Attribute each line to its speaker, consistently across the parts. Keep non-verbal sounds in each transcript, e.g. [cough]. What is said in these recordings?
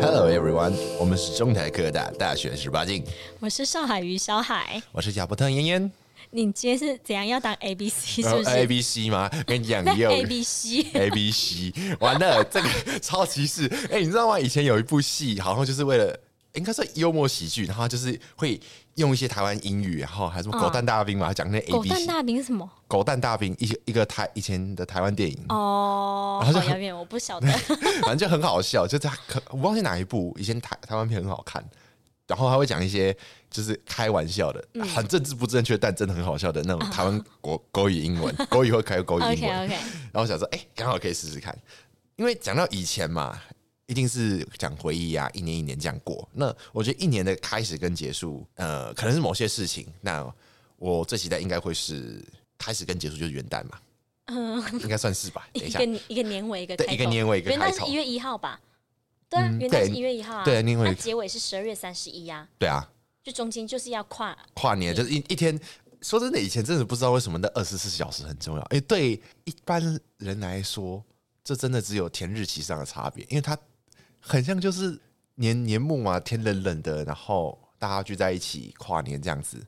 Speaker 1: Hello everyone，我们是中台科大大学十八禁，
Speaker 2: 我是邵海瑜，小海，
Speaker 1: 我是亚伯特妍妍，
Speaker 2: 你今天是怎样要当 A B [laughs] C 是不是？
Speaker 1: A B C 吗？跟你讲
Speaker 2: 那 [laughs]
Speaker 1: 又
Speaker 2: A B C
Speaker 1: A B C，完了这个超歧视。哎、你知道吗？以前有一部戏，好像就是为了应该算幽默喜剧，然后就是会用一些台湾英语，然后还有什么
Speaker 2: 嗯
Speaker 1: 狗蛋大兵嘛，讲那 A
Speaker 2: 狗
Speaker 1: B
Speaker 2: 蛋
Speaker 1: C
Speaker 2: 哦大饼是什么？
Speaker 1: 狗蛋大兵，一些一个台以前的台湾电影，
Speaker 2: 哦，
Speaker 1: 然后
Speaker 2: 好
Speaker 1: 就
Speaker 2: 遥远， [laughs] 我不晓得。
Speaker 1: 反正就很好笑，就他可我忘记哪一部，以前台台湾片很好看，然后他会讲一些就是开玩笑的，很政治不正确，但真的很好笑的那种台湾国国语英文，国语会开国语
Speaker 2: [laughs] OK
Speaker 1: 英文。
Speaker 2: OK，
Speaker 1: 然后我想说，哎、刚好可以试试看，因为讲到以前嘛，一定是讲回忆啊，一年一年这样过。那我觉得一年的开始跟结束，呃，可能是某些事情。那我最期待应该会是开始跟结束，就是元旦嘛，
Speaker 2: 嗯，
Speaker 1: 应该算是吧。等一
Speaker 2: 一 [laughs]
Speaker 1: 下
Speaker 2: 个，一个年尾一个
Speaker 1: 对
Speaker 2: 开头
Speaker 1: 一个年尾一个
Speaker 2: 元旦
Speaker 1: 开
Speaker 2: 是
Speaker 1: 头
Speaker 2: 一月一号吧？对啊，
Speaker 1: 嗯
Speaker 2: 元旦是
Speaker 1: 对
Speaker 2: 一月一号啊，
Speaker 1: 对年尾
Speaker 2: 那结尾是十二月三十一啊，
Speaker 1: 对啊，
Speaker 2: 就中间就是要跨，
Speaker 1: 跨年就是一一天。说真的，以前真的不知道为什么那二十四小时很重要。哎、对一般人来说，这真的只有填日期上的差别，因为它很像就是年年末嘛，天冷冷的，然后大家聚在一起跨年这样子。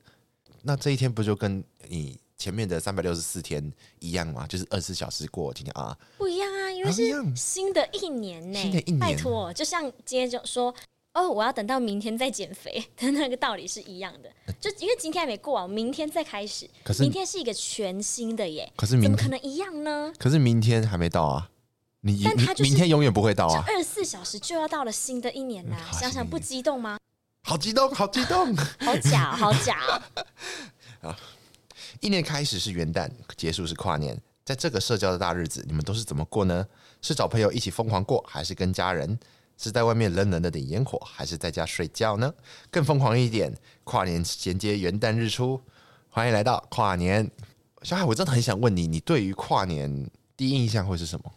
Speaker 1: 那这一天不就跟你前面的三百六十四天一样吗？就是二十四小时过，今天啊，
Speaker 2: 不一样啊，因为
Speaker 1: 啊不一
Speaker 2: 是
Speaker 1: 样
Speaker 2: 新的一年呢、
Speaker 1: 新的一年
Speaker 2: 拜托，就像今天就说。哦，我要等到明天再减肥的那个道理是一样的，就因为今天还没过完，明天再开始。
Speaker 1: 呃可是
Speaker 2: 明天是一个全新的耶，
Speaker 1: 可是
Speaker 2: 怎
Speaker 1: 明
Speaker 2: 么可
Speaker 1: 天，
Speaker 2: 能一样呢？
Speaker 1: 可是明天还没到啊！你
Speaker 2: 但
Speaker 1: 你
Speaker 2: 它就是
Speaker 1: 明天永远不会到啊！
Speaker 2: 二十四小时就要到了新的一年啦、
Speaker 1: 嗯好
Speaker 2: 想想不激动吗？
Speaker 1: 好激动，好激动！
Speaker 2: 好假哦，好假哦！
Speaker 1: 一年开始是元旦，结束是跨年。在这个社交的大日子，你们都是怎么过呢？是找朋友一起疯狂过，还是跟家人？是在外面冷冷的点烟火，还是在家睡觉呢？更疯狂一点，跨年衔接元旦日出，欢迎来到跨年。小海，我真的很想问你，你对于跨年第一印象会是什么？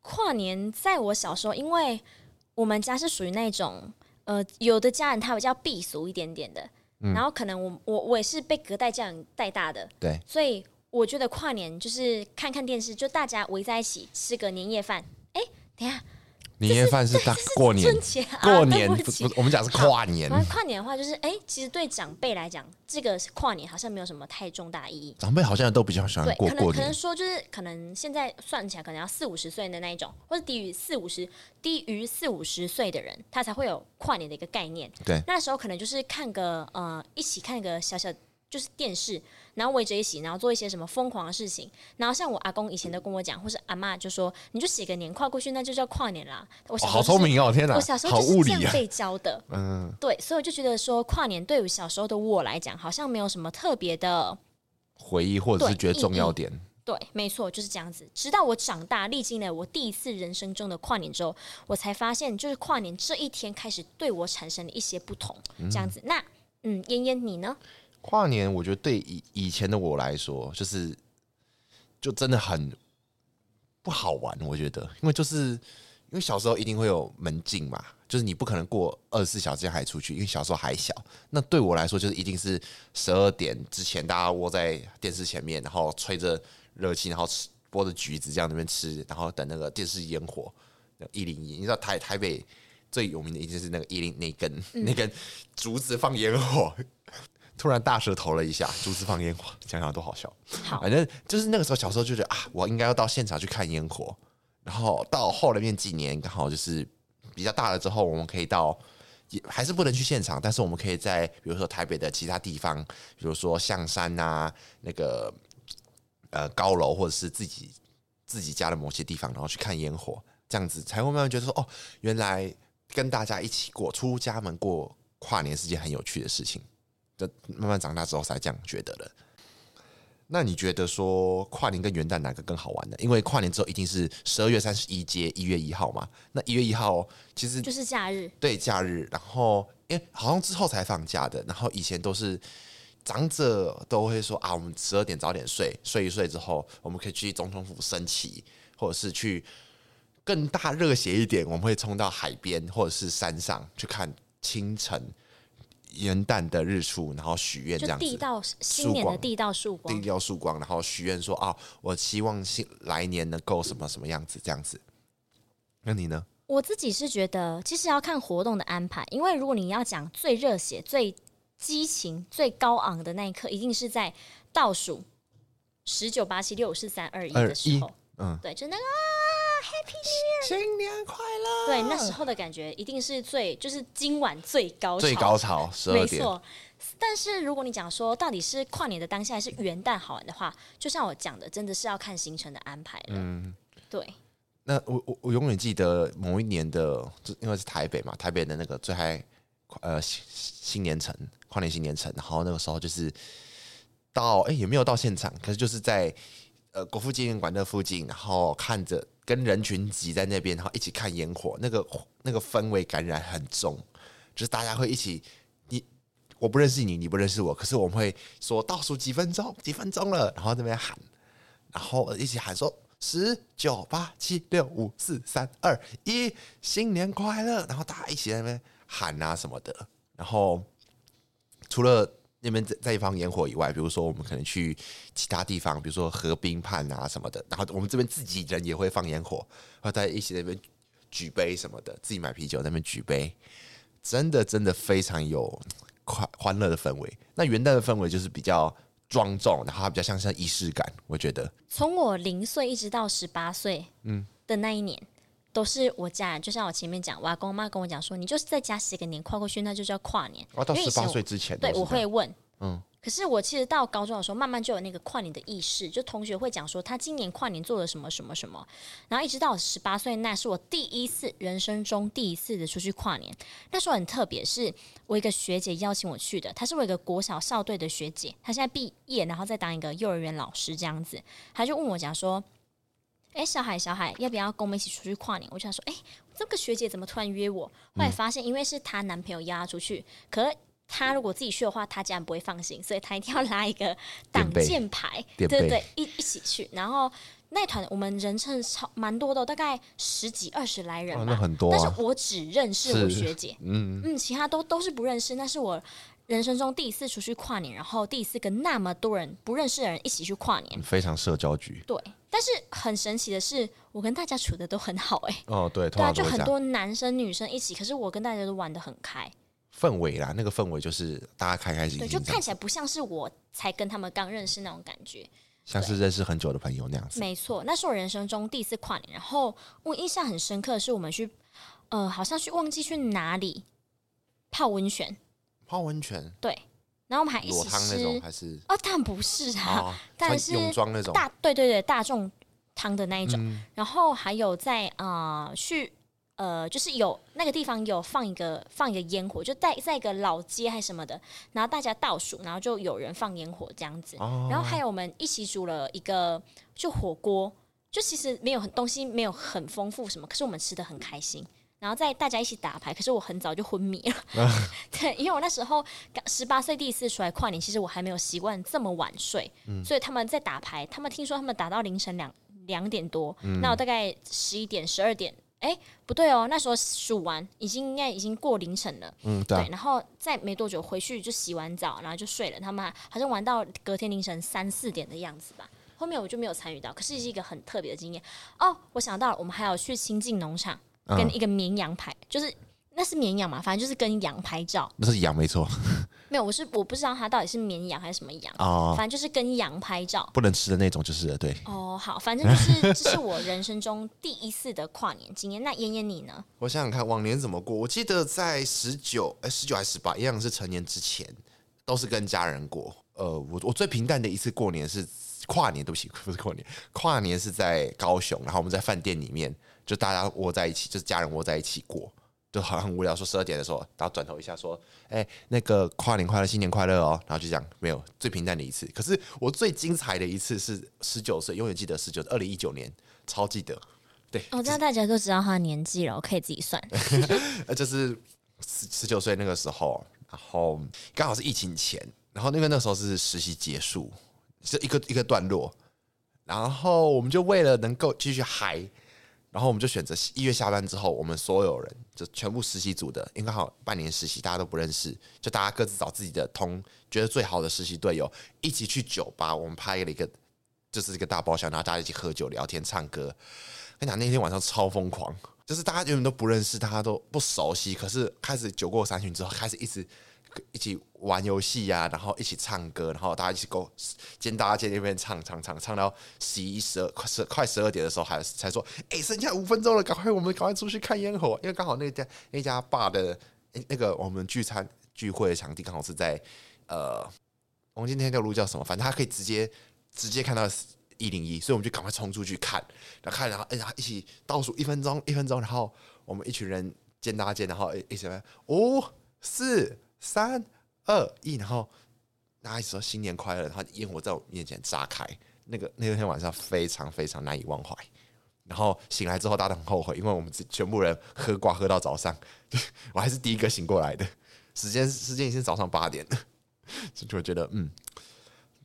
Speaker 2: 跨年在我小时候，因为我们家是属于那种呃，有的家人他比较避俗一点点的，
Speaker 1: 嗯
Speaker 2: 然后可能我我我也是被隔代教养带大的，
Speaker 1: 对，
Speaker 2: 所以我觉得跨年就是看看电视，就大家围在一起吃个年夜饭。哎、等一下，
Speaker 1: 年夜饭是大过年
Speaker 2: 春，节啊，
Speaker 1: 过年
Speaker 2: 对不
Speaker 1: 不
Speaker 2: 起
Speaker 1: 不，我们讲是跨年
Speaker 2: 然。后跨年的话，就是哎、其实对长辈来讲，这个跨年好像没有什么太重大意义。
Speaker 1: 长辈好像都比较喜欢
Speaker 2: 对，
Speaker 1: 过
Speaker 2: 可能
Speaker 1: 过
Speaker 2: 可能
Speaker 1: 年，
Speaker 2: 说就是可能现在算起来，可能要四五十岁的那一种，或者低于四五十低于四五十岁的人，他才会有跨年的一个概念。
Speaker 1: 对
Speaker 2: 那时候可能就是看个呃，一起看个小小。就是电视，然后围着一起，然后做一些什么疯狂的事情。然后像我阿公以前都跟我讲，或是阿妈就说，你就写个年跨过去，那就叫跨年啦。我
Speaker 1: 哦
Speaker 2: 小时
Speaker 1: 好
Speaker 2: 候就是、
Speaker 1: 聪明哦！天哪
Speaker 2: 我小，时候
Speaker 1: 好
Speaker 2: 就
Speaker 1: 物
Speaker 2: 是这
Speaker 1: 理
Speaker 2: 样
Speaker 1: 啊！
Speaker 2: 被教
Speaker 1: [laughs]
Speaker 2: 的，嗯，对，所以我就觉得说跨年对于小时候的我来讲，好像没有什么特别的，
Speaker 1: 回忆或者是
Speaker 2: 对
Speaker 1: 觉得重
Speaker 2: 意义
Speaker 1: 要点，
Speaker 2: 对，没错，就是这样子。直到我长大，历经了我第一次人生中的跨年之后，我才发现，就是跨年这一天开始对我产生了一些不同，这样子。那嗯，嫣嫣你呢？
Speaker 1: 跨年，我觉得对以以前的我来说，就是就真的很不好玩。我觉得，因为就是因为小时候一定会有门禁嘛，就是你不可能过二十四小时还出去，因为小时候还小。那对我来说，就是一定是十二点之前，大家窝在电视前面，然后吹着热气，然后吃剥着橘子这样那边吃，然后等那个电视烟火一零一。你知道台台北最有名的一件是那个一零那根、那根竹子放烟火，突然大舌头了一下，竹子放烟火，想想都好笑。
Speaker 2: 好
Speaker 1: 反正就是那个时候小时候就觉得啊，我应该要到现场去看烟火。然后到后来面几年，刚好就是比较大了之后，我们可以到。也还是不能去现场，但是我们可以在比如说台北的其他地方，比如说象山啊，那个呃高楼，或者是自己自己家的某些地方，然后去看烟火，这样子才会慢慢觉得说，哦，原来跟大家一起过出家门过跨年是件很有趣的事情。就慢慢长大之后才这样觉得的。那你觉得说跨年跟元旦哪个更好玩呢？因为跨年之后一定是十二月三十一接一月一号嘛，那一月一号其实
Speaker 2: 就是假日，
Speaker 1: 对假日，然后因为好啊像之后才放假的，然后以前都是长者都会说啊，我们十二点早点睡，睡一睡之后，啊我们可以去总统府升旗，或者是去更大热血一点，我们会冲到海边或者是山上去看清晨元旦的日出，然后许愿这
Speaker 2: 就
Speaker 1: 样子。
Speaker 2: 地道新年的
Speaker 1: 曙光
Speaker 2: 地道曙光
Speaker 1: 定，要曙光，然后许愿说啊，我希望新来年能够什么什么样子这样子。那你呢？
Speaker 2: 我自己是觉得，其实要看活动的安排，因为如果你要讲最热血、最激情、最高昂的那一刻，一定是在倒数十九、八七、六、四、三、二、一的时候。
Speaker 1: 嗯，
Speaker 2: 对，就那个
Speaker 1: 新年快乐！
Speaker 2: 对那时候的感觉，一定是最就是今晚最高潮
Speaker 1: 最高潮十二
Speaker 2: 没
Speaker 1: 点，
Speaker 2: 错，但是如果你讲说到底是跨年的当下还是元旦好玩的话，就像我讲的，真的是要看行程的安排了。
Speaker 1: 嗯
Speaker 2: 对，
Speaker 1: 那我我我永远记得某一年的，就因为是台北嘛，台北的那个最嗨呃新新年城跨年新年城，然后那个时候就是到哎、也没有到现场，可是就是在呃国父纪念馆那附近，然后看着跟人群挤在那边，然后一起看烟火，那个那个氛围感染很重，就是大家会一起你。我不认识你，你不认识我，可是我们会说倒数几分钟，几分钟了，然后这边喊，然后一起喊啊说十九八七六五四三二一，新年快乐！然后大家一起在那边喊啊什么的。然后除了那边在在一方烟火以外，比如说我们可能去其他地方，比如说河滨畔啊什么的。然后我们这边自己人也会放烟火，然后大家一起在那边举杯什么的，自己买啤酒在那边举杯，真的真的非常有快欢乐的氛围。那元旦的氛围就是比较。庄重，然后它比较像像仪式感，我觉得。
Speaker 2: 从我零岁一直到十八岁，
Speaker 1: 嗯
Speaker 2: 的那一年。都是我家人，就像我前面讲，我阿公妈跟我讲说，你就是在家写个年跨过去，那就叫跨年。
Speaker 1: 哦，到
Speaker 2: 因为以
Speaker 1: 十
Speaker 2: 前
Speaker 1: 八
Speaker 2: 我
Speaker 1: 岁之前都
Speaker 2: 对
Speaker 1: 是这样，
Speaker 2: 我会问，
Speaker 1: 嗯
Speaker 2: 可是我其实到高中的时候，慢慢就有那个跨年的意识，就同学会讲说他今年跨年做了什么什么什么，然后一直到十八岁，那是我第一次人生中第一次的出去跨年。那时候很特别，是我一个学姐邀请我去的，她是我一个国小校队的学姐，她现在毕业，然后再当一个幼儿园老师这样子，她就问我讲说。哎，小海，小海，要不要跟我们一起出去跨年？我就想说，哎，这个学姐怎么突然约我？后
Speaker 1: 嗯
Speaker 2: 来发现，因为是她男朋友邀她出去，可是她如果自己去的话，她家人不会放心，所以她一定要拉一个挡
Speaker 1: 垫背
Speaker 2: 箭牌，对
Speaker 1: 垫
Speaker 2: 对
Speaker 1: 背
Speaker 2: 对，一一起去。然后那团我们人称超蛮多的哦，大概十几二十来人
Speaker 1: 哦
Speaker 2: 吧。
Speaker 1: 那很多啊
Speaker 2: 但是我只认识我
Speaker 1: 是
Speaker 2: 学姐，嗯嗯，其他都都是不认识。那是我人生中第一次出去跨年，然后第一次跟那么多人不认识的人一起去跨年。
Speaker 1: 非常社交局。
Speaker 2: 对，但是很神奇的是，我跟大家处的都很好哎、欸
Speaker 1: 哦，对，通
Speaker 2: 对啊，
Speaker 1: 常都
Speaker 2: 就
Speaker 1: 会这
Speaker 2: 很
Speaker 1: 样。
Speaker 2: 多男生女生一起，可是我跟大家都玩的很开，
Speaker 1: 氛围啦，那个氛围就是大家开开心
Speaker 2: 对，就
Speaker 1: 心这样
Speaker 2: 看，起来不像是我才跟他们刚认识那种感觉。
Speaker 1: 像是认识很久的朋友那样子。
Speaker 2: 没错，那是我人生中第一次跨年。然后我印象很深刻的是，我们去，呃，好像去忘记去哪里泡温泉，
Speaker 1: 泡温泉、
Speaker 2: 对，然后我们还一
Speaker 1: 裸
Speaker 2: 起
Speaker 1: 汤那种
Speaker 2: 吃，
Speaker 1: 还是
Speaker 2: 哦，但不是哎啊，
Speaker 1: 啊，
Speaker 2: 但
Speaker 1: 穿
Speaker 2: 是
Speaker 1: 泳装那种
Speaker 2: 大对对对大众汤的那一种，然后还有在啊、呃去呃就是有那个地方有放一个放一个烟火，就在在一个老街还是什么的，然后大家倒数，然后就有人放烟火这样子，
Speaker 1: 哦
Speaker 2: 然后还有我们一起煮了一个就火锅，就其实没有很东西没有很丰富什么，可是我们吃的很开心。然后在大家一起打牌，可是我很早就昏迷了，对，因为我那时候十八岁第一次出来跨年，其实我还没有习惯这么晚睡，所以他们在打牌，他们听说他们打到凌晨两两点多，那我大概十一点十二点，哎、不对哦，那时候数完已经应该已经过凌晨了，
Speaker 1: 嗯，对啊
Speaker 2: 对，，然后再没多久回去就洗完澡，然后就睡了，他们还好像玩到隔天凌晨三四点的样子吧。后面我就没有参与到，可是是一个很特别的经验哦。我想到了，我们还有去新进农场
Speaker 1: 嗯
Speaker 2: 跟一个绵羊拍，就是那是绵羊嘛，反正就是跟羊拍照。
Speaker 1: 那是羊没错
Speaker 2: 没有，我是我不知道它到底是绵羊还是什么羊，
Speaker 1: 哦，
Speaker 2: 反正就是跟羊拍照。
Speaker 1: 不能吃的那种就是了对。
Speaker 2: 哦，好，反正就是
Speaker 1: [laughs]
Speaker 2: 这是我人生中第一次的跨年经验。那妍妍你呢？
Speaker 1: 我想想看，往年怎么过？我记得在十九、哎，十九还是十八，一样是成年之前，都是跟家人过。呃，我我最平淡的一次过年是跨年，对不起， [laughs] 不是过年，跨年是在高雄，然后我们在饭店里面，就大家窝在一起，就是家人窝在一起过，就好像很无聊。说十二点的时候，然后转头一下说，哎、那个跨年快乐，新年快乐哦，然后就这样，没有最平淡的一次。可是我最精彩的一次是十九岁，永远记得十九，二零一九年，超记得。对，
Speaker 2: 哦，这样大家都知道他的年纪了，我可以自己算。
Speaker 1: 呃，就是十十九岁那个时候，然后刚好是疫情前，然后因为那时候是实习结束，是一个一个段落，然后我们就为了能够继续嗨，然后我们就选择一月下班之后，我们所有人就全部实习组的，因为刚好半年实习，大家都不认识，就大家各自找自己的同觉得最好的实习队友，一起去酒吧，我们拍了一个就是一个大包厢，然后大家一起喝酒、聊天、唱歌。跟你讲，那天晚上超疯狂，就是大家原本都不认识，大家都不熟悉，可是开始酒过三巡之后，开始一直一起玩游戏呀，然后一起唱歌，然后大家一起勾肩搭肩那边唱唱唱，唱到十一十二快十快十二点的时候还才说，哎、剩下五分钟了，赶快我们赶快出去看烟火，因为刚好那家那家爸的那那个我们聚餐聚会的场地刚好是在呃，我们今天条路叫什么？反正他可以直接直接看到一零一，所以我们就赶快冲出去看，然后看，然后哎，然后一起倒数一分钟，一分钟，然后我们一群人肩搭肩，然后一一起来五四三二一，然后大家一起说新年快乐，然后烟火在我面前炸开，那个那天晚上非常非常难以忘怀。然后醒来之后，大家都很后悔，因为我们全部人喝瓜喝到早上， [laughs] 我还是第一个醒过来的。时间时间已经是早上八点了， [laughs] 所以我觉得嗯，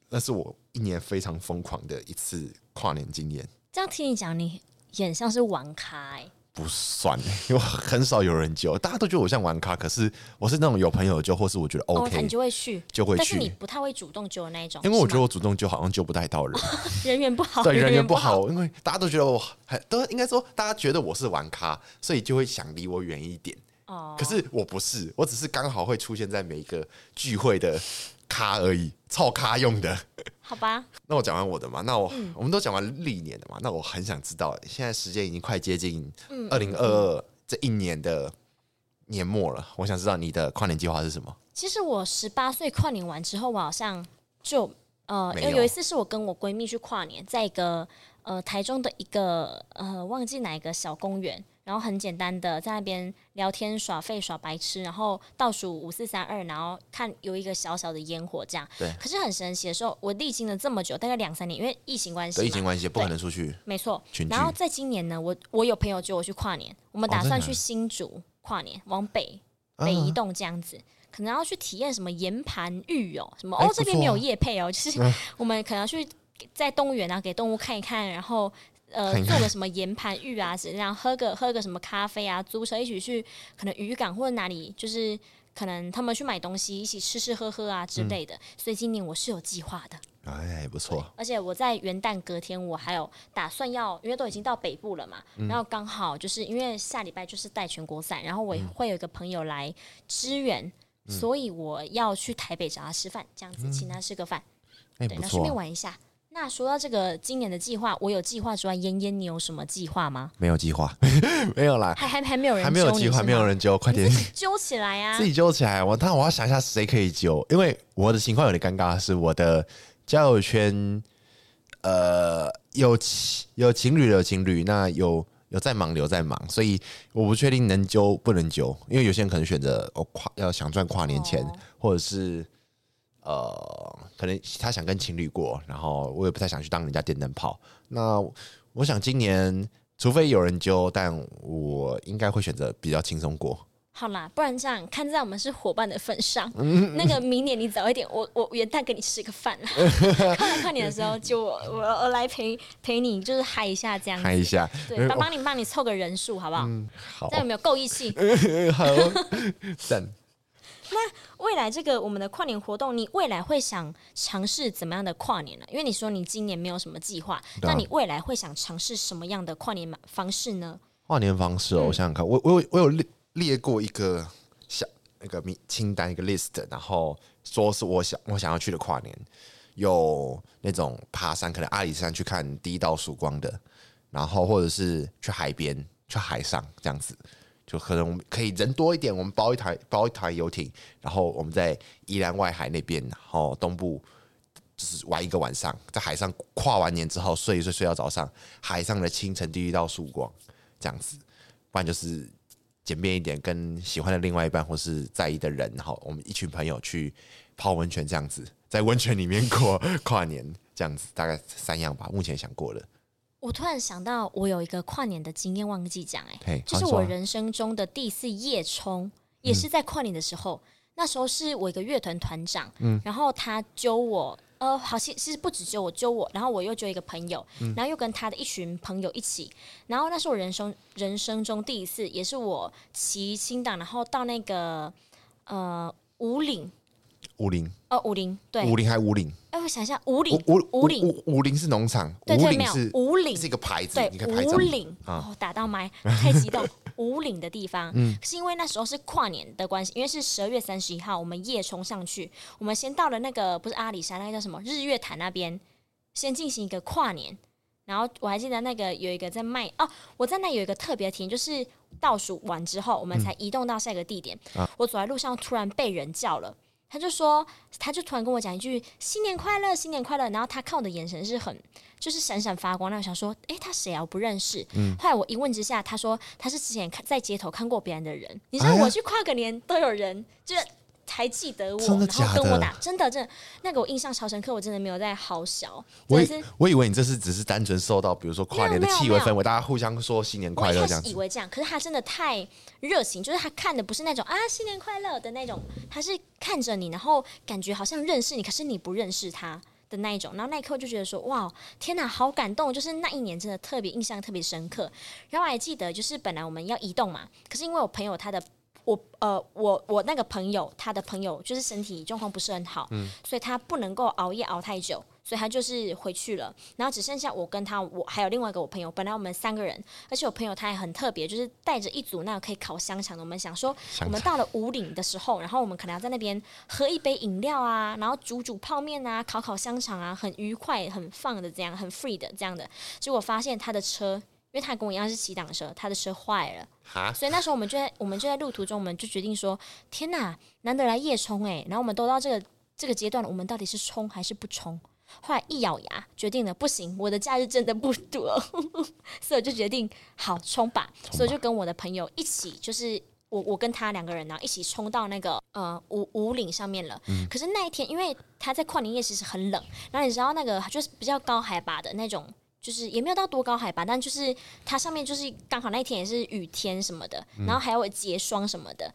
Speaker 1: 那是我一年非常疯狂的一次跨年经验。
Speaker 2: 这样听你讲，你很像是玩咖、欸，
Speaker 1: 不算，因为我很少有人揪，大家都觉得我像玩咖，可是我是那种有朋友揪，或是我觉得
Speaker 2: 哦，
Speaker 1: OK，、
Speaker 2: 你就会去，
Speaker 1: 就会
Speaker 2: 但是
Speaker 1: 去
Speaker 2: 你不太会主动揪的那一种，
Speaker 1: 因为我觉
Speaker 2: 是
Speaker 1: 得
Speaker 2: 吗
Speaker 1: 我主动揪好像揪不太到人，
Speaker 2: 人缘不好，
Speaker 1: 对人缘
Speaker 2: 缘
Speaker 1: 不
Speaker 2: 哦不好，
Speaker 1: 好，因为大家都觉得我很都应该说大家觉得我是玩咖，所以就会想离我远一点。
Speaker 2: 哦，
Speaker 1: 可是我不是，我只是刚好会出现在每一个聚会的咖而已，凑咖用的。
Speaker 2: 好吧，
Speaker 1: 那我讲完我的嘛，那我、
Speaker 2: 嗯
Speaker 1: 我们都讲完历年的嘛，那我很想知道，现在时间已经快接近
Speaker 2: 嗯
Speaker 1: 二零二二这一年的年末了，我想知道你的跨年计划是什么？
Speaker 2: 其实我十八岁跨年完之后，我好像就呃，
Speaker 1: 没
Speaker 2: 有
Speaker 1: 有
Speaker 2: 有一次是我跟我闺蜜去跨年，在一个呃台中的一个呃忘记哪一个小公园，然后很简单的在那边聊天耍废耍白痴，然后倒数五四三二，然后看有一个小小的烟火这样。
Speaker 1: 对
Speaker 2: 可是很神奇的时候，我历经了这么久，大概两三年，因为疫情关系
Speaker 1: 对
Speaker 2: 嘛，
Speaker 1: 疫情关系不可能出去，
Speaker 2: 没错
Speaker 1: 群。
Speaker 2: 然后
Speaker 1: 聚
Speaker 2: 在今年呢，我我有朋友叫我去跨年，我们
Speaker 1: 哦
Speaker 2: 打
Speaker 1: 真的
Speaker 2: 算
Speaker 1: 假
Speaker 2: 去
Speaker 1: 的
Speaker 2: 新竹跨年，往北北
Speaker 1: 啊
Speaker 2: 移动这样子。可能要去体验什么岩盘浴哦，什么
Speaker 1: 哎
Speaker 2: 哦，这边
Speaker 1: 不错啊啊
Speaker 2: 没有夜配哦，就是我们可能要去在动物园啊，给动物看一看，然后呃
Speaker 1: 看一看
Speaker 2: 做个什么岩盘浴啊，这样喝个喝个什么咖啡啊，租车一起去可能渔港或者哪里，就是可能他们去买东西，一起吃吃喝喝啊之类的。
Speaker 1: 嗯
Speaker 2: 所以今年我是有计划的。
Speaker 1: 哎，不错，
Speaker 2: 而且我在元旦隔天，我还有打算要，因为都已经到北部了嘛，
Speaker 1: 嗯
Speaker 2: 然后刚好就是因为下礼拜就是带全国赛，然后我也
Speaker 1: 嗯
Speaker 2: 会有一个朋友来支援，所以我要去台北找他吃饭，这样子请他吃个饭，
Speaker 1: 哎，
Speaker 2: 对，
Speaker 1: 嗯不
Speaker 2: 那顺便
Speaker 1: 错，
Speaker 2: 玩一下。那说到这个今年的计划，我有计划之外，嫣嫣你有什么计划吗？
Speaker 1: 没有计划， [laughs] 没有啦，
Speaker 2: 还还还没有人
Speaker 1: 还没有
Speaker 2: 揪你
Speaker 1: 计划，
Speaker 2: 是吗
Speaker 1: 没有人揪，快点
Speaker 2: 你自己揪起来啊
Speaker 1: 自！己揪起来。我，但我要想一下谁可以揪，因为我的情况有点尴尬，是我的交友圈，呃，有情有情侣的有情侣，那有有在忙的有在忙，所以我不确定能揪不能揪，因为有些人可能选择哦跨要想赚跨年钱，
Speaker 2: 哦
Speaker 1: 或者是。呃，可能他想跟情侣过，然后我也不太想去当人家电灯泡。那我想今年，除非有人揪，但我应该会选择比较轻松过。
Speaker 2: 好啦，不然这样看在我们是伙伴的份
Speaker 1: [laughs]
Speaker 2: 上，
Speaker 1: 嗯
Speaker 2: 那个明年你早一点，我我元旦给你吃个
Speaker 1: [laughs]
Speaker 2: 饭啦。看来看你的时候，就我我我来陪陪你，就是嗨一下这样
Speaker 1: 看一
Speaker 2: 子。
Speaker 1: 下， [laughs]
Speaker 2: 对，帮帮你帮你凑个人数好不好？
Speaker 1: 好
Speaker 2: 这样有没有够义气？
Speaker 1: 哎好，赞。
Speaker 2: 未来这个我们的跨年活动，你未来会想尝试怎么样的跨年呢？因为你说你今年没有什么计划，
Speaker 1: 对啊
Speaker 2: 那你未来会想尝试什么样的跨年方式呢？
Speaker 1: 跨年方式哦，我想想看，我我有我有列列过一个小那个名清单一个 list，然后说是我想我想要去的跨年，有那种爬山，可能阿里山去看第一道曙光的，然后或者是去海边、去海上这样子，就可能我们可以人多一点，我们包一台包一台游艇，然后我们在宜兰外海那边，然后东部。就是玩一个晚上，在海上跨完年之后睡一睡，睡到早上，海上的清晨第一道曙光，这样子，不然就是简便一点，跟喜欢的另外一半或是在意的人，然后我们一群朋友去泡温泉，这样子，在温泉里面过 [laughs] 跨年，这样子，大概三样吧，目前想过的。
Speaker 2: 我突然想到，我有一个跨年的经验忘记讲、欸，哎，
Speaker 1: 嘿，
Speaker 2: 就是
Speaker 1: 好
Speaker 2: 我
Speaker 1: 你说啊
Speaker 2: 人生中的第一次夜冲，也
Speaker 1: 嗯
Speaker 2: 是在跨年的时候，那时候是我一个乐团团长，
Speaker 1: 嗯
Speaker 2: 然后他揪我，呃，好像其实不止揪我，揪我，然后我又揪一个朋友，
Speaker 1: 嗯
Speaker 2: 然后又跟他的一群朋友一起，然后那是我人生人生中第一次，也是我骑新党，然后到那个呃五岭，
Speaker 1: 五林，
Speaker 2: 呃五岭，对，
Speaker 1: 五林还五林，
Speaker 2: 哎，我想一下，五岭
Speaker 1: 五，五
Speaker 2: 五岭，
Speaker 1: 五五林是农场，
Speaker 2: 对
Speaker 1: 五
Speaker 2: 对，
Speaker 1: 林
Speaker 2: 没有
Speaker 1: 是
Speaker 2: 五岭
Speaker 1: 是一个牌子
Speaker 2: 对，
Speaker 1: 你可以拍照
Speaker 2: 五。岭
Speaker 1: 啊嗯
Speaker 2: 哦，打到麦，太激
Speaker 1: [laughs]
Speaker 2: 动。五岭的地方，是因为那时候是跨年的关系，因为是十二月三十一号，我们夜冲上去，我们先到了那个不是阿里山，那个叫什么日月潭那边，先进行一个跨年。然后我还记得那个有一个在卖哦，我在那有一个特别停，就是倒数完之后，我们
Speaker 1: 嗯
Speaker 2: 才移动到下一个地点。我走在路上，突然被人叫了。他就说，他就突然跟我讲一句“新年快乐，新年快乐”，然后他看我的眼神是很就是闪闪发光。那我想说，诶，他谁啊？我不认识。
Speaker 1: 嗯
Speaker 2: 后来我一问之下，他说他是之前看在街头看过别人的人。你知道
Speaker 1: 哎呀
Speaker 2: 我去跨个年都有人就是还记得我，
Speaker 1: 真的
Speaker 2: 然
Speaker 1: 假
Speaker 2: 后跟我
Speaker 1: 的
Speaker 2: 打，真的真的那个我印象超深刻，我真的没有在好小，
Speaker 1: 我
Speaker 2: 真的
Speaker 1: 以
Speaker 2: 是。
Speaker 1: 我以为你这是只是单纯受到，比如说跨年的
Speaker 2: 没有
Speaker 1: 气
Speaker 2: 没
Speaker 1: 氛
Speaker 2: 有
Speaker 1: 氛围，大家互相说新年
Speaker 2: 我
Speaker 1: 快
Speaker 2: 一
Speaker 1: 乐
Speaker 2: 开
Speaker 1: 这样
Speaker 2: 始
Speaker 1: 子
Speaker 2: 以。为这样，可是他真的太热情，就是他看的不是那种啊新年快乐的那种，他是看着你，然后感觉好像认识你，可是你不认识他的那一种。然后那一刻我就觉得说，哇，天哪，好感动！就是那一年真的特别印象特别深刻。然后我还记得，就是本来我们要移动嘛，可是因为我朋友他的。我呃，我我那个朋友，他的朋友就是身体状况不是很好，所以他不能够熬夜熬太久，所以他就是回去了。然后只剩下我跟他，我还有另外一个我朋友，本来我们三个人，而且我朋友他还很特别，就是带着一组那个可以烤香肠的。我们想说，我们到了五岭的时候，然后我们可能要在那边喝一杯饮料啊，然后煮煮泡面啊，烤烤香肠啊，很愉快、很放的这样，很 free 的这样的。结果发现他的车。因为他跟我一样是骑挡车，他的车坏了，
Speaker 1: 哈，
Speaker 2: 所以那时候我们就在我们就在路途中，我们就决定说：天哪，难得来夜冲哎、然后我们都到这个这个阶段了，我们到底是冲还是不冲？后来一咬牙，决定了不行，我的假日真的不多，所以我就决定好冲吧。
Speaker 1: 冲
Speaker 2: 所以我
Speaker 1: 吧
Speaker 2: 就跟我的朋友一起，就是我我跟他两个人呢、一起冲到那个呃五五岭上面了。可是那一天，因为他在跨年夜其实很冷，然后你知道那个就是比较高海拔的那种。就是也没有到多高海拔，但就是它上面就是刚好那一天也是雨天什么的，然后还有结霜什么的，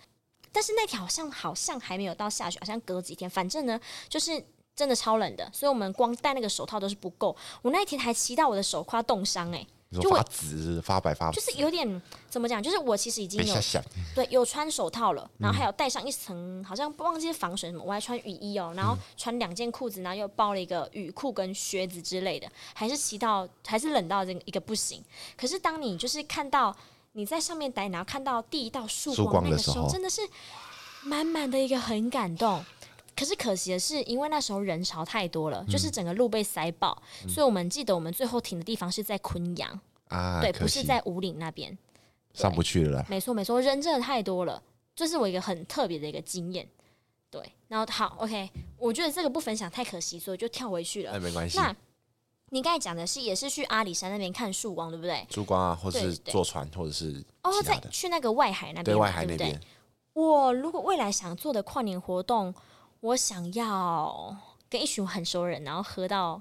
Speaker 2: 但是那天好像好像还没有到下雪，好像隔几天，反正呢就是真的超冷的，所以我们光戴那个手套都是不够。我那一天还骑到我的手快要冻伤哎、
Speaker 1: 你
Speaker 2: 就我
Speaker 1: 说发紫发白发，哎
Speaker 2: 就是有点怎么讲，就是我其实已经
Speaker 1: 别
Speaker 2: 有
Speaker 1: 瞎想，
Speaker 2: 对有穿手套了，
Speaker 1: 嗯
Speaker 2: 然后还有戴上一层好像忘记是防水什么，我还穿雨衣
Speaker 1: 嗯
Speaker 2: 哦，然后穿两件裤子，然后又包了一个雨裤跟靴子之类的，还是骑到还是冷到这个一个不行。可是当你就是看到你在上面待，然后看到第一道曙
Speaker 1: 曙
Speaker 2: 光
Speaker 1: 光
Speaker 2: 那
Speaker 1: 的
Speaker 2: 个时
Speaker 1: 时
Speaker 2: 候，
Speaker 1: 候
Speaker 2: 真的是满满的一个很感动。可是可惜的是，因为那时候人潮太多
Speaker 1: 嗯
Speaker 2: 了，就是整个路被塞爆，所以我们记得我们最后停的地方是在昆阳，
Speaker 1: 啊，
Speaker 2: 对，
Speaker 1: 可
Speaker 2: 不是
Speaker 1: 惜
Speaker 2: 在五岭那边。
Speaker 1: 上不去了啦。
Speaker 2: 没错没错，人真的太多了，这是我一个很特别的一个经验。对，然后好，OK，我觉得这个不分享太可惜，所以就跳回去
Speaker 1: 那
Speaker 2: 了。
Speaker 1: 哎没关系，
Speaker 2: 那你刚才讲的是也是去阿里山那边看曙光，对不对？
Speaker 1: 珠光啊，或
Speaker 2: 对
Speaker 1: 是
Speaker 2: 对
Speaker 1: 坐船，或者是
Speaker 2: 哦，
Speaker 1: 其他
Speaker 2: 在
Speaker 1: 的
Speaker 2: 去那个外海那边嘛，
Speaker 1: 对外海
Speaker 2: 对不
Speaker 1: 那
Speaker 2: 对
Speaker 1: 边。
Speaker 2: 我如果未来想做的跨年活动，我想要跟一群很熟人，然后喝到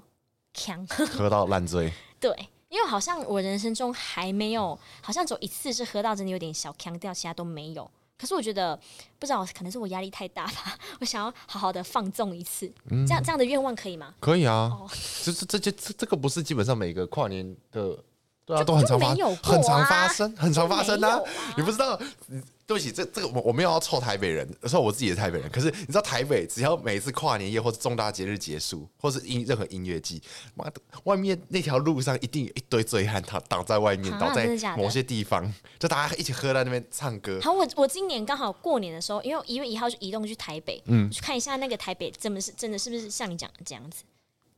Speaker 2: 强，
Speaker 1: 喝到烂醉，
Speaker 2: 对。因为好像我人生中还没有，好像只有一次是喝到真的有点小腔调，其他都没有。可是我觉得不知道，可能是我压力太大吧。我想要好好的放纵一次，这样这样的愿望可以吗？
Speaker 1: [laughs] 可以啊
Speaker 2: 哦。
Speaker 1: 这这这这这这个不是基本上每个跨年的，对啊，
Speaker 2: 就
Speaker 1: 都很常
Speaker 2: 就
Speaker 1: 发
Speaker 2: 没有，过啊
Speaker 1: 很常发生，很常发生
Speaker 2: 就没
Speaker 1: 啊
Speaker 2: 有啊。
Speaker 1: 你不知道，你对不起，这这个我我没有要臭台北人，虽然我自己也是台北人，可是你知道台北只要每次跨年夜或是重大节日结束，或是音任何音乐季，妈的，外面那条路上一定有一堆醉汉躺挡在外面
Speaker 2: 啊，
Speaker 1: 倒在
Speaker 2: 真的假的
Speaker 1: 某些地方，就大家一起喝在那边唱歌。
Speaker 2: 好，我我今年刚好过年的时候，因为我一月一号就移动去台北，嗯，去看一下那个台北真的是真的是不是像你讲的这样子？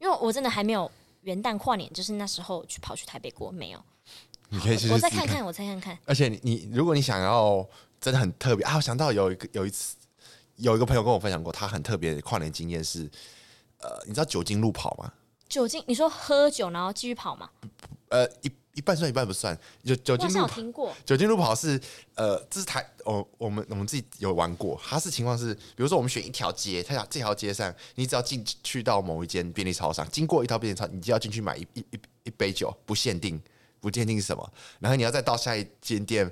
Speaker 2: 因为我真的还没有元旦跨年，就是那时候去跑去台北过没有？
Speaker 1: 你可以去
Speaker 2: 我
Speaker 1: 试
Speaker 2: 再
Speaker 1: 试
Speaker 2: 看看，我再看看。
Speaker 1: 而且你你，如果你想要真的很特别啊，我想到有一个有一次有一个朋友跟我分享过，他很特别的跨年经验是，呃，你知道酒精路跑吗？
Speaker 2: 酒精，你说喝酒然后继续跑嘛？
Speaker 1: 呃，一一半算一半不算，酒酒
Speaker 2: 我好
Speaker 1: 精
Speaker 2: 像
Speaker 1: 呃路
Speaker 2: 有
Speaker 1: 跑。
Speaker 2: 听过，
Speaker 1: 酒精路跑是，呃，这是台，哦、我们我们自己有玩过。它是情况是，比如说我们选一条街，它这条街上，你只要进去到某一间便利超商，经过一条便利超，你就要进去买一一一一杯酒，不限定，不限定是什么。然后你要再到下一间店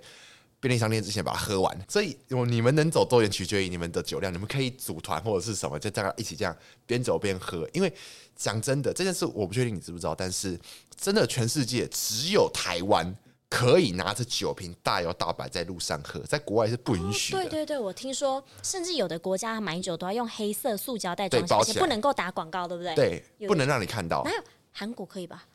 Speaker 1: 便利商店之前把它喝完。所以我你们能走多远取决于你们的酒量，你们可以组团或者是什么，就大家一起这样边走边喝。因为讲真的，这件事我不确定你知不知道，但是真的全世界只有台湾。可以拿着酒瓶大摇大摆在路上喝，在国外是不允许的。
Speaker 2: 哦对对对，我听说，甚至有的国家买酒都要用黑色塑胶袋装
Speaker 1: 对
Speaker 2: 起来，
Speaker 1: 包
Speaker 2: 而且
Speaker 1: 起来
Speaker 2: 不能够打广告，对不对？，
Speaker 1: 对，
Speaker 2: 有哎
Speaker 1: 不能让你看到
Speaker 2: 哪，有韩国可以吧？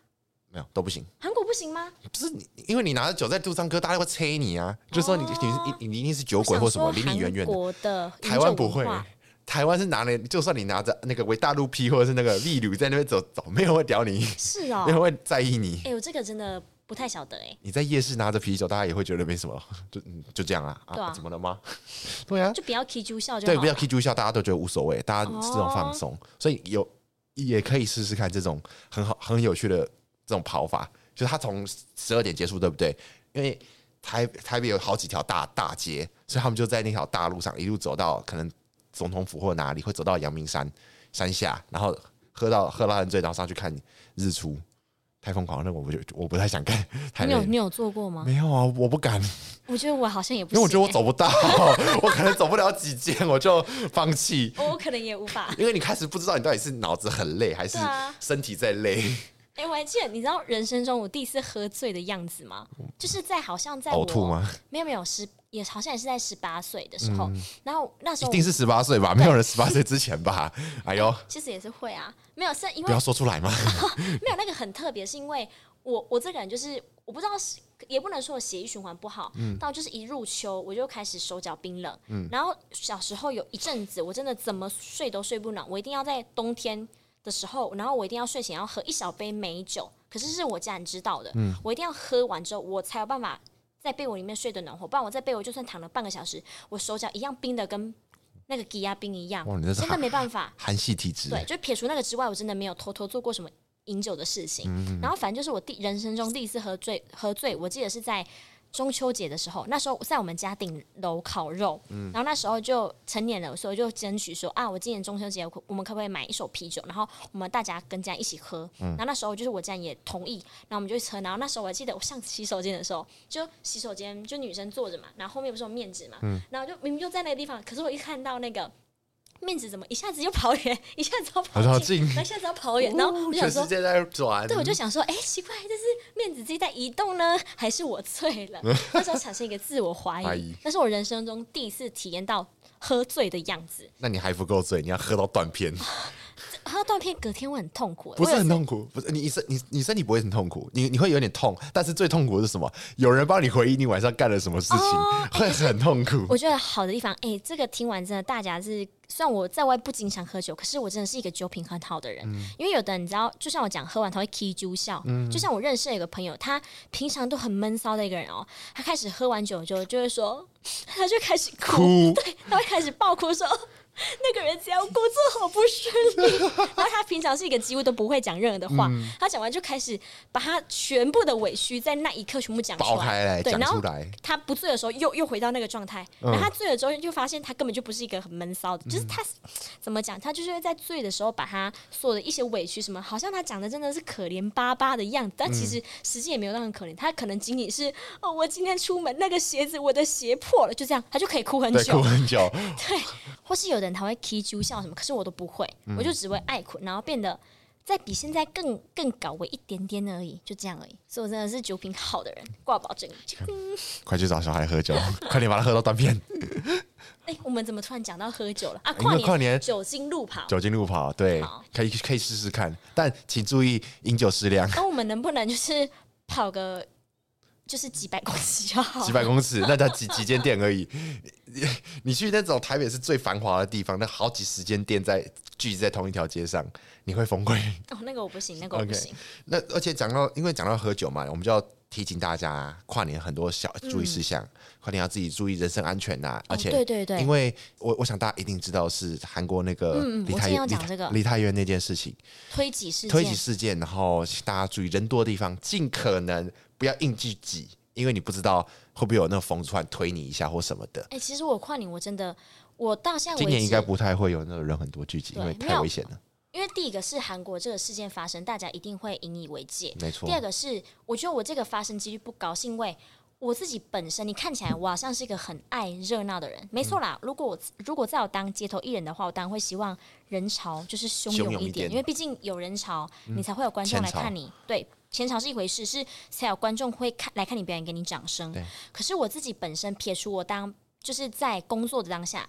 Speaker 1: 没有都不行。
Speaker 2: 韩国不行吗？
Speaker 1: 不是你，因为你拿着酒在路上喝，大家会催你啊，就说你、你你你一定是酒鬼或什么，
Speaker 2: 哦我
Speaker 1: 离
Speaker 2: 想说
Speaker 1: 你远远
Speaker 2: 韩
Speaker 1: 的。
Speaker 2: 国的饮酒
Speaker 1: 台湾不会
Speaker 2: 文化，
Speaker 1: 台湾是拿了，就算你拿着那个维大路 P 或者是那个利旅在那边走走，没有人会屌你，
Speaker 2: 是哦
Speaker 1: [laughs] 没有。人会在意你。
Speaker 2: 哎、我这个真的不太晓得哎、
Speaker 1: 你在夜市拿着啤酒，大家也会觉得没什么，就嗯就这样啊
Speaker 2: 对啊
Speaker 1: 怎么了吗？ [laughs] 对啊，
Speaker 2: 就不要 K 猪笑就好哦
Speaker 1: 对，
Speaker 2: 了。
Speaker 1: 不要 K 住一下，大家都觉得无所谓，大家是这种放松，所以有也可以试试看这种很好很有趣的这种跑法，就是他从十二点结束，对不对？因为台台北有好几条大大街，所以他们就在那条大路上一路走到可能总统府或哪里，会走到阳明山山下，然后喝到喝到很醉，然后上去看日出。太疯狂了，那我不就我不太想看，太
Speaker 2: 你
Speaker 1: 累
Speaker 2: 有
Speaker 1: 了。
Speaker 2: 你有做过吗？
Speaker 1: 没有啊，我不敢。
Speaker 2: 我觉得我好像也不哎
Speaker 1: 因
Speaker 2: 行、
Speaker 1: 为我觉得我走不
Speaker 2: [laughs]
Speaker 1: 到，我可能走不了几间，我就放弃。
Speaker 2: 欸，我可能也无法。 [laughs]
Speaker 1: 因为你开始不知道你到底是脑子很累还是
Speaker 2: 对啊
Speaker 1: 身体在累。
Speaker 2: 哎、我还记得，你知道人生中我第一次喝醉的样子吗？就是在好像哎在我
Speaker 1: 呕吐？吗？
Speaker 2: 没有没有，十也好像也是在十八岁的时候，然后那时
Speaker 1: 嗯一
Speaker 2: 候
Speaker 1: 定是十八岁吧？没有人十八岁之前吧？哎呦，
Speaker 2: 其实也是会啊，没有是因
Speaker 1: 不
Speaker 2: 为
Speaker 1: 要说出来嘛！
Speaker 2: 没有那个很特别，是因为我我这个人就是我不知道是。也不能说我血液循环不好，到就是一入秋我就开始手脚冰冷，然后小时候有一阵子我真的怎么睡都睡不暖，我一定要在冬天的时候，然后我一定要睡前要喝一小杯美酒，可是是我家人知道的，我一定要喝完之后我才有办法在被窝里面睡得暖和，不然我在被窝就算躺了半个小时，我手脚一样冰的跟那个鸡鸭冰一样
Speaker 1: 哇，你这，是
Speaker 2: 真的没办法。
Speaker 1: 韩系体质，
Speaker 2: 对，就撇除那个之外，我真的没有偷偷做过什么饮酒的事情。然后反正就是我第人生中第一次喝醉，喝醉，我记得是在中秋节的时候，那时候在我们家顶楼烤肉，然后那时候就成年了，所以我就争取说啊，我今年中秋节我们可不可以买一手啤酒，然后我们大家跟家一起喝。然后那时候就是我家人也同意，然后我们就去喝。然后那时候我还记得我上洗手间的时候，就洗手间就女生坐着嘛，然后后面不是有面纸嘛，然后就明明就在那个地方，可是我一看到那个。面子怎么一下子就跑远， [laughs] 一下子要跑
Speaker 1: 好
Speaker 2: 近，
Speaker 1: 近
Speaker 2: 然
Speaker 1: 嗯
Speaker 2: 后一下子要跑
Speaker 1: 哦
Speaker 2: 远，然后我就想
Speaker 1: 全
Speaker 2: 说
Speaker 1: 世，界在转。
Speaker 2: 对，我就想说，哎、奇怪，这是面子自己在移动呢，还是我醉
Speaker 1: [laughs]
Speaker 2: 了？那时候产生一个自我怀
Speaker 1: 怀疑
Speaker 2: 疑，那是我人生中第一次体验到喝醉的样子。
Speaker 1: 那你还不够醉，你要喝到断片，
Speaker 2: 喝断片隔天我很痛苦、
Speaker 1: 不
Speaker 2: 啊我
Speaker 1: 是
Speaker 2: 有
Speaker 1: 很痛苦，不是你身你你身体不会很痛苦，你你会有点痛，但是最痛苦的是什么？有人帮你回忆你晚上干了什么事情，会很痛苦。
Speaker 2: 哦哎我觉得好的地方，哎、这个听完真的，大家是虽然我在外不经常喝酒，可是我真的是一个酒品很好的人。
Speaker 1: 嗯
Speaker 2: 因为有的人你知道，就像我讲，喝完他会 k 猪笑。就像我认识了一个朋友，他平常都很闷骚的一个人哦，他开始喝完酒就就会说， [laughs] 他就开始
Speaker 1: 哭
Speaker 2: [laughs] 对，他会开始爆哭说。那个人只要工作好不顺
Speaker 1: [laughs]
Speaker 2: 利，然后他平常是一个几乎都不会讲任何的话，
Speaker 1: 嗯
Speaker 2: 他讲完就开始把他全部的委屈在那一刻全部讲出
Speaker 1: 爆开来
Speaker 2: 对，
Speaker 1: 讲
Speaker 2: 然后
Speaker 1: 出来，
Speaker 2: 他不醉的时候又又回到那个状态，
Speaker 1: 嗯
Speaker 2: 然后他醉了之后就发现他根本就不是一个很闷骚的，就是他怎么讲，他就是会在醉的时候把他所有的一些委屈什么，好像他讲的真的是可怜巴巴的样子，但
Speaker 1: 嗯
Speaker 2: 其实实际也没有那很可怜，他可能仅仅是哦，我今天出门那个鞋子我的鞋破了，就这样，他就可以哭很
Speaker 1: 对，哭
Speaker 2: 久，
Speaker 1: 很久， [laughs]
Speaker 2: 或是有的人他会 k 猪笑什么，可是我都不会，
Speaker 1: 嗯
Speaker 2: 我就只会爱哭，然后变得。再比现在更更搞为一点点而已，就这样而已。所以我真的是酒品好的人，挂保证。
Speaker 1: 快去找小孩喝酒，快点把他喝到断片。
Speaker 2: 哎、我们怎么突然讲到喝酒了啊？
Speaker 1: 因为
Speaker 2: 跨年，
Speaker 1: 跨年
Speaker 2: 酒精路跑。
Speaker 1: 酒精路跑，对
Speaker 2: 好，
Speaker 1: 可以可以试试看，但请注意饮酒适量，
Speaker 2: 那我们能不能就是跑个就是几百公尺就好？
Speaker 1: 几百公尺， [laughs] 那才几几间店而已。 [laughs] 你去那种台北是最繁华的地方，那好几十间店在聚集在同一条街上，你会崩溃。
Speaker 2: 哦，那个我不行，那个我不
Speaker 1: OK
Speaker 2: 行。
Speaker 1: 那而且讲到，因为讲到喝酒嘛，我们就要提醒大家，跨年很多小注意事项，跨年要自己注意人身安全呐、啊而且、
Speaker 2: 嗯哦对对对
Speaker 1: 因为我我想大家一定知道是韩国那个
Speaker 2: 嗯嗯
Speaker 1: 梨
Speaker 2: 我
Speaker 1: 泰
Speaker 2: 正
Speaker 1: 院
Speaker 2: 要
Speaker 1: 梨
Speaker 2: 讲
Speaker 1: 泰
Speaker 2: 这个
Speaker 1: 梨泰院那件事情，
Speaker 2: 推挤事
Speaker 1: 推挤
Speaker 2: 件，
Speaker 1: 事件，然后大家注意人多的地方，尽可能不要硬去挤，因为你不知道会不会有那个疯子突然推你一下或什么的。
Speaker 2: 哎、其实我跨年我真的，我到现在
Speaker 1: 今
Speaker 2: 为
Speaker 1: 年
Speaker 2: 止
Speaker 1: 应该不太会有那种人很多聚集，
Speaker 2: 对
Speaker 1: 因为
Speaker 2: 没
Speaker 1: 太
Speaker 2: 有
Speaker 1: 危险了。
Speaker 2: 因为第一个是韩国这个事件发生，大家一定会引以为戒。
Speaker 1: 没错
Speaker 2: 第，二个是，我觉得我这个发生几率不高，是因为我自己本身，你看起来我好像是一个很爱热闹的人，没
Speaker 1: 嗯
Speaker 2: 错啦。如果我如果在我当街头艺人的话，我当然会希望人潮就是汹
Speaker 1: 汹
Speaker 2: 涌
Speaker 1: 涌
Speaker 2: 一
Speaker 1: 一点
Speaker 2: 因为毕竟有人潮，你才会有观众来
Speaker 1: 嗯前潮
Speaker 2: 看你。对，前潮是一回事，是才有观众会看来看你表演，给你掌声
Speaker 1: 对。
Speaker 2: 可是我自己本身，撇除我当就是在工作的当下，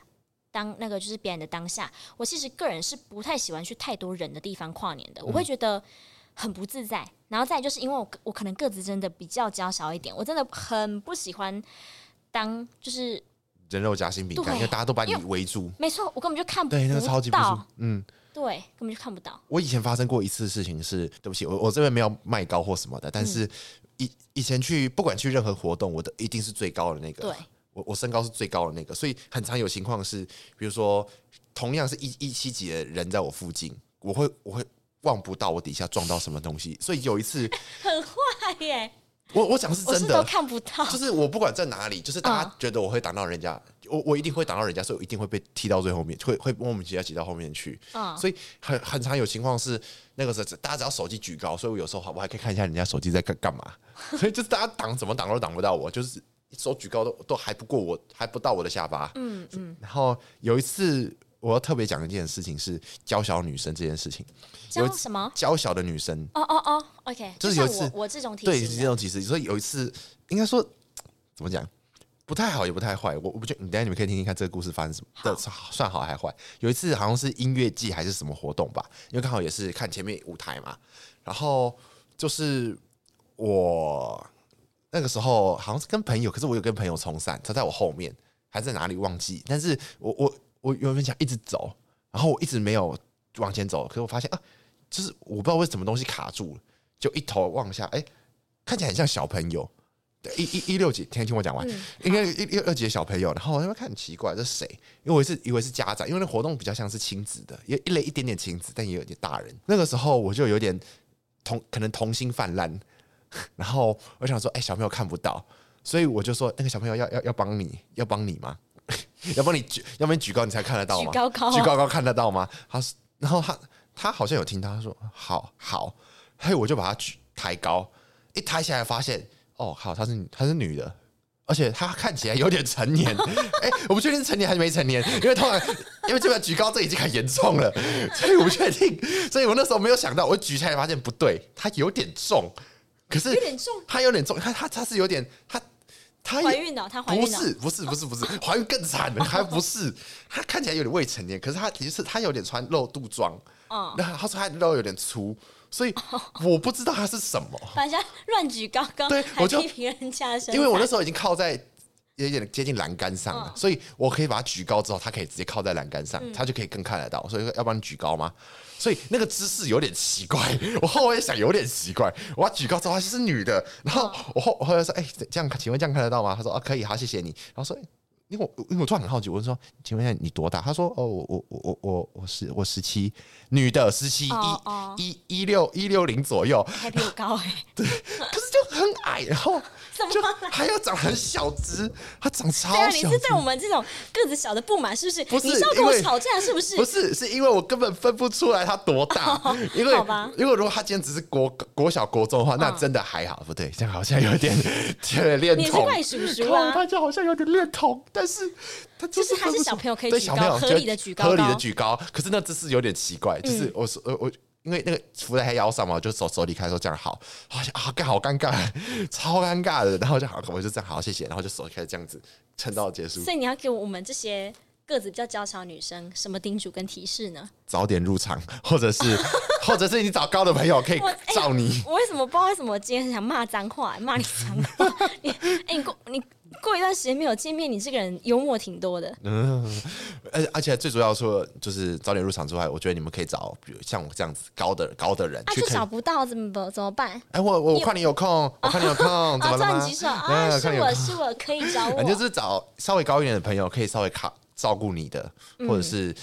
Speaker 2: 当那个就是表演的当下，我其实个人是不太喜欢去太多人的地方跨年的，
Speaker 1: 嗯
Speaker 2: 我会觉得很不自在。然后再来就是因为我个我可能个子真的比较娇小一点，我真的很不喜欢当就是
Speaker 1: 人肉夹心饼干，
Speaker 2: 对
Speaker 1: 因为大家都把你
Speaker 2: 因为
Speaker 1: 围住，
Speaker 2: 没错，我根本就看不
Speaker 1: 对，那个超级不舒
Speaker 2: 到
Speaker 1: 服，，嗯。
Speaker 2: 对，根本就看不到。
Speaker 1: 我以前发生过一次事情是，对不起，我我这边没有卖高或什么的，
Speaker 2: 嗯
Speaker 1: 但是以以前去不管去任何活动，我的一定是最高的那个，
Speaker 2: 对
Speaker 1: 我我身高是最高的那个，所以很常有情况是，比如说同样是一一七级的人在我附近，我会我会望不到我底下撞到什么东西，所以有一次
Speaker 2: 很坏耶，
Speaker 1: 我我讲是
Speaker 2: [laughs] 我
Speaker 1: 真
Speaker 2: 是
Speaker 1: 的
Speaker 2: 都，看不到。
Speaker 1: [laughs] 就是我不管在哪里，就是大
Speaker 2: 嗯
Speaker 1: 家觉得我会挡到人家，我我一定会挡到人家，所以我一定会被踢到最后面，会会莫名其妙挤到后面去。
Speaker 2: 嗯
Speaker 1: 所以很很常有情况是那个时候只大家只要手机举高，所以我有时候我还可以看一下人家手机在干干嘛。
Speaker 2: [laughs]
Speaker 1: 所以就是大家挡怎么挡都挡不到我，就是手举高都都还不过我，还不到我的下巴。
Speaker 2: 嗯嗯，
Speaker 1: 然后有一次我要特别讲一件事情是娇小女生这件事情，
Speaker 2: 这
Speaker 1: 有
Speaker 2: 样
Speaker 1: 一
Speaker 2: 什么？
Speaker 1: 娇小的女生
Speaker 2: 哦哦哦，OK，
Speaker 1: 就是
Speaker 2: 像
Speaker 1: 有一次
Speaker 2: 我我这种体
Speaker 1: 对，是
Speaker 2: 型
Speaker 1: 这
Speaker 2: 的，
Speaker 1: 种歧视。所以有一次，应该说怎么讲，不太好也不太坏。我我不觉得，你等一下你们可以听听看这个故事发生什么，
Speaker 2: 好
Speaker 1: 这算好还是坏？有一次好像是音乐季还是什么活动吧，因为刚好也是看前面舞台嘛，然后就是我那个时候好像是跟朋友，可是我有跟朋友冲散，他在我后面还在哪里忘记，但是我我我原本想一直走，然后我一直没有往前走，可是我发现啊，就是我不知道为什么东西卡住了，就一头望下，哎、看起来很像小朋友。对一一一六级，听听我讲完，应该一六二级的小朋友，然后我他妈看很奇怪，这是谁？因为我是以为是家长，因为那活动比较像是亲子的，也一类一点点亲子，但也有点大人。那个时候我就有点同可能童心泛滥，然后我想说，哎、小朋友看不到，所以我就说那个小朋友要要要帮你，要帮你吗？ [laughs] 要帮你举，要帮你举高，你才看得到吗？
Speaker 2: 举高高啊
Speaker 1: 举高高看得到吗？他是，然后他他好像有听到，他说好好，嘿，我就把他举抬高，一抬起来发现，哦，好，她是她是女的。而且她看起来有点成年， [laughs] 哎、我不确定是成年还是没成年，因为通常因为这边举高这已经很严重了，所以我不确定，所以我那时候没有想到，我举起来发现不对，它有点重，可是
Speaker 2: 有点重，
Speaker 1: 她有点重，她她她是有点她她
Speaker 2: 怀孕了，她怀孕
Speaker 1: 不
Speaker 2: 了，
Speaker 1: 是不是不是不是怀孕更
Speaker 2: [laughs]
Speaker 1: 惨了，还不是她看起来有点未成年，可是她其实她有点穿露肚装，
Speaker 2: 嗯
Speaker 1: 然后她说她的肉有点粗，
Speaker 2: [laughs]
Speaker 1: 所以我不知道她是什么。
Speaker 2: 反正乱举
Speaker 1: [laughs]
Speaker 2: 高高，
Speaker 1: 对
Speaker 2: 还
Speaker 1: 我就
Speaker 2: 批评人家的身材，
Speaker 1: 因为我那时候已经靠在有点接近栏杆上了，
Speaker 2: 嗯
Speaker 1: 所以我可以把它举高之后，它可以直接靠在栏杆上，它就可以更看得到。所以说要帮你举高吗？所以那个姿势有点奇怪， [laughs] 我后来想有点奇怪，我要举高之后她是女的，然后
Speaker 2: 嗯
Speaker 1: 我后我后来说，哎、这样请问这样看得到吗？他说啊可以，好谢谢你。然后说。哎因为我因为我突然很好奇，我就说，请问一下你多大？他说，哦，我我我我我我十我十七，女的十七
Speaker 2: 哦哦
Speaker 1: 一一一六一六零左右，
Speaker 2: 还比我高
Speaker 1: [laughs]
Speaker 2: 哎、
Speaker 1: 可是就很矮，然后
Speaker 2: 怎么
Speaker 1: 就还要长很小只，他长超
Speaker 2: 对啊，你
Speaker 1: 小
Speaker 2: 是
Speaker 1: 只。
Speaker 2: 对我们这种个子小的不满，是不是？
Speaker 1: 不是
Speaker 2: 你是要跟我
Speaker 1: 因为
Speaker 2: 吵架，是不是？哦
Speaker 1: 不是，是因为我根本分不出来他多
Speaker 2: [laughs]
Speaker 1: 大，因为
Speaker 2: 好吧嗯
Speaker 1: 因为如果他今天只是国国小国中的话，那真的还好，不对，这样好像有点 [laughs] 有点恋
Speaker 2: 你是
Speaker 1: 童，
Speaker 2: 怪叔叔
Speaker 1: 靠
Speaker 2: 啊
Speaker 1: 他就好像有点恋童，但是他就是
Speaker 2: 就是他是小朋友可以
Speaker 1: 对
Speaker 2: 举
Speaker 1: 小
Speaker 2: 高
Speaker 1: 朋友
Speaker 2: 合
Speaker 1: 就
Speaker 2: 理地举高
Speaker 1: 合理的
Speaker 2: 高嗯
Speaker 1: 举高，可是那姿势有点奇怪，就是我说、呃我因为那个扶在他腰上嘛，我就手手离开说这样好， [laughs] 好像啊，干好尴尬， [laughs] 超尴尬的，然后我就好，我就这样好谢谢，然后就手开始这样子撑到结束，
Speaker 2: 所以你要给我们这些个子比较娇小的女生什么叮嘱跟提示呢？
Speaker 1: 早点入场，或者是 [laughs] 或者是你找高的朋友可以
Speaker 2: 我哎
Speaker 1: 照你。
Speaker 2: 我为什么不知道为什么我今天很想骂脏话，骂你脏
Speaker 1: [laughs]
Speaker 2: 话？你哎、你过你过一段时间没有见面，你这个人幽默挺多的。
Speaker 1: 而而且最主要说就是早点入场之外，我觉得你们可以找比如像我这样子高的高的人
Speaker 2: 啊，
Speaker 1: 去
Speaker 2: 就
Speaker 1: 看
Speaker 2: 找。不到，怎么办怎么办？
Speaker 1: 哎，我我我看你有空，我看你有空，怎么
Speaker 2: [laughs] 啊，
Speaker 1: 了
Speaker 2: 叫
Speaker 1: 吗？
Speaker 2: 你举手
Speaker 1: 没
Speaker 2: 啊，
Speaker 1: 有
Speaker 2: 是
Speaker 1: 看你有
Speaker 2: 我
Speaker 1: 空
Speaker 2: 是
Speaker 1: [laughs]
Speaker 2: 我可以找我。
Speaker 1: 反正就是找稍微高一点的朋友，可以稍微卡照顾你的，或者是
Speaker 2: 嗯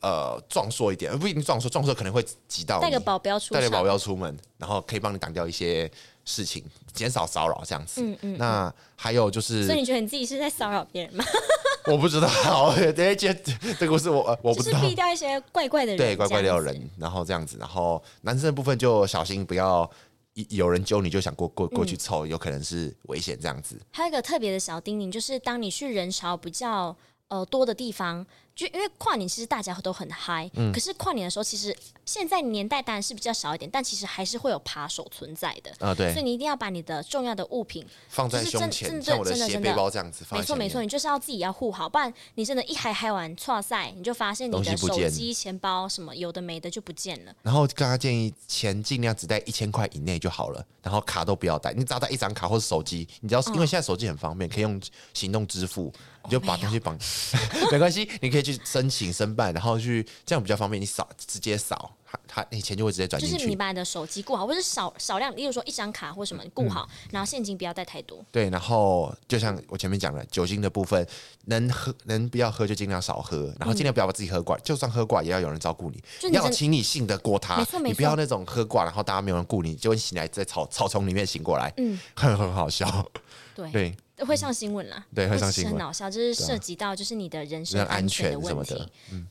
Speaker 1: 呃壮硕一点，不一定壮硕，壮硕可能会挤到你
Speaker 2: 带个保镖出
Speaker 1: 带着保
Speaker 2: 场，
Speaker 1: 镖出门，然后可以帮你挡掉一些事情，减少骚扰这样子。
Speaker 2: 嗯嗯
Speaker 1: 那还有就是
Speaker 2: 所以，你觉得你自己是在骚扰别人吗？
Speaker 1: [laughs] 我不知道，等一下这这故事我呃我不
Speaker 2: 就
Speaker 1: 知
Speaker 2: 是
Speaker 1: 道。
Speaker 2: 避掉一些怪怪的人，
Speaker 1: 对，乖乖
Speaker 2: 这样
Speaker 1: 撩
Speaker 2: 子
Speaker 1: 人，然后这样子，然后男生的部分就小心不要一有人揪你就想过过过去凑，有可能是危险这样子。
Speaker 2: 还有一个特别的小叮咛，就是当你去人潮比较呃多的地方，就因为跨年其实大家都很嗨、
Speaker 1: 嗯
Speaker 2: 可是跨年的时候，其实现在年代当然是比较少一点，但其实还是会有扒手存在的。
Speaker 1: 啊、
Speaker 2: 所以
Speaker 1: 对，
Speaker 2: 你一定要把你的重要的物品，
Speaker 1: 放在
Speaker 2: 就是
Speaker 1: 胸
Speaker 2: 真
Speaker 1: 前，
Speaker 2: 真
Speaker 1: 像我的
Speaker 2: 真的
Speaker 1: 斜
Speaker 2: 真
Speaker 1: 背
Speaker 2: 的
Speaker 1: 包这样子放
Speaker 2: 没
Speaker 1: 在前
Speaker 2: 错没
Speaker 1: 面。
Speaker 2: 错，你就是要自己要护好，不然你真的一嗨嗨完，错赛你就发现你
Speaker 1: 东西
Speaker 2: 的
Speaker 1: 不
Speaker 2: 手
Speaker 1: 见
Speaker 2: 机、钱包什么有的没的就不见了。
Speaker 1: 然后跟他建议钱尽量只带一千块以内就好了，然后卡都不要带，你只要带一张卡或是手机，你只要是、因为现在手机很方便，可以用行动支付，
Speaker 2: 哦
Speaker 1: 你就把东西绑， [laughs] 没关系，你可以去申请申办，然后去这样比较方便，你扫直接扫，他他你钱就会直接转
Speaker 2: 就
Speaker 1: 进
Speaker 2: 是你
Speaker 1: 去。
Speaker 2: 把你的手机顾好，或者是少少量，例如说一张卡或什么，你
Speaker 1: 嗯
Speaker 2: 顾好，然后现金不要带太多。
Speaker 1: 对，然后就像我前面讲的，酒精的部分能喝能不要喝就尽量少喝，然后尽量不要把自己喝挂，就算喝挂也要有人照顾你，
Speaker 2: 就你
Speaker 1: 要
Speaker 2: 真
Speaker 1: 请你信得过他
Speaker 2: 没，错没
Speaker 1: 你不
Speaker 2: 错
Speaker 1: 要那种喝挂然后大家没有人顾你，结果你醒来在草草丛里面醒过来，
Speaker 2: 嗯，哎
Speaker 1: 很很好笑。
Speaker 2: 对，
Speaker 1: 对，
Speaker 2: 会上新闻啦，
Speaker 1: 对会上新闻
Speaker 2: 很好笑，就是
Speaker 1: 对啊
Speaker 2: 涉及到就是你的人身
Speaker 1: 人安
Speaker 2: 全
Speaker 1: 全什
Speaker 2: 问
Speaker 1: 么
Speaker 2: 题。
Speaker 1: 的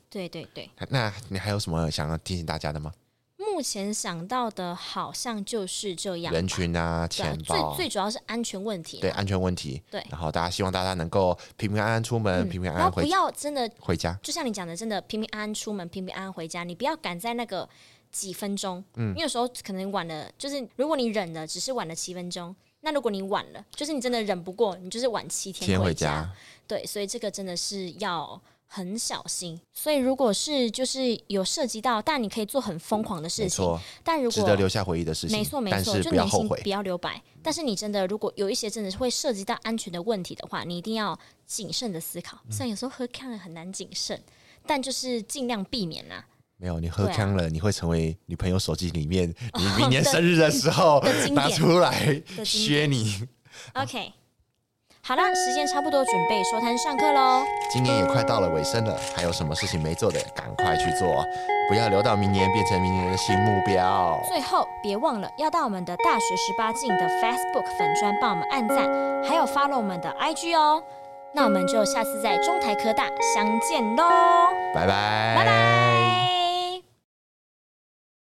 Speaker 2: 对对对，
Speaker 1: 那你还有什么想要提醒大家的吗？
Speaker 2: 目前想到的好像就是这样吧，
Speaker 1: 人群啊，
Speaker 2: 对啊
Speaker 1: 钱
Speaker 2: 最
Speaker 1: 包啊，
Speaker 2: 最主要是安全问题啦，
Speaker 1: 对安全问题，
Speaker 2: 对嗯
Speaker 1: 然后大家希望大家能够平平安安出门，平平安
Speaker 2: 然后
Speaker 1: 安
Speaker 2: 不
Speaker 1: 回
Speaker 2: 要真的
Speaker 1: 回家。
Speaker 2: 就像你讲的，真的平平安安出门，平平安安回家，你不要赶在那个几分钟，嗯，你有时候可能晚了，就是如果你忍了，只是晚了七分钟。那如果你晚了，就是你真的忍不过，你就是晚七
Speaker 1: 天
Speaker 2: 天
Speaker 1: 回
Speaker 2: 家。
Speaker 1: 家，
Speaker 2: 对，所以这个真的是要很小心。所以如果是就是有涉及到，但你可以做很疯狂的事
Speaker 1: 没
Speaker 2: 情，
Speaker 1: 错，
Speaker 2: 但如
Speaker 1: 值
Speaker 2: 果
Speaker 1: 得留下回忆的事情。
Speaker 2: 没错没
Speaker 1: 但
Speaker 2: 错，
Speaker 1: 是
Speaker 2: 就
Speaker 1: 不要
Speaker 2: 年
Speaker 1: 后
Speaker 2: 轻
Speaker 1: 悔
Speaker 2: 不。要留白。但是你真的如果有一些真的是会涉及到安全的问题的话，你一定要谨慎的思
Speaker 1: 嗯
Speaker 2: 考。虽然有时候喝看了很难谨慎，但就是尽量避免啦、
Speaker 1: 没有，你喝
Speaker 2: 对啊哦
Speaker 1: 康了，你会成为女朋友手机里面，你明年
Speaker 2: 对
Speaker 1: 生日的时候
Speaker 2: 的经典
Speaker 1: 拿出来
Speaker 2: 典
Speaker 1: 削你。
Speaker 2: OK，好啦，时间差不多，准备收摊上课喽。
Speaker 1: 今年也快到了尾声了，还有什么事情没做的，赶快去做，哦不要留到明年变成明年的新目标。
Speaker 2: 最后，别忘了要到我们的大学十八禁的 Facebook 粉专帮我们按赞，还有 follow 我们的 IG 哦。那我们就下次在中台科大相见喽，
Speaker 1: 拜拜，
Speaker 2: 拜拜。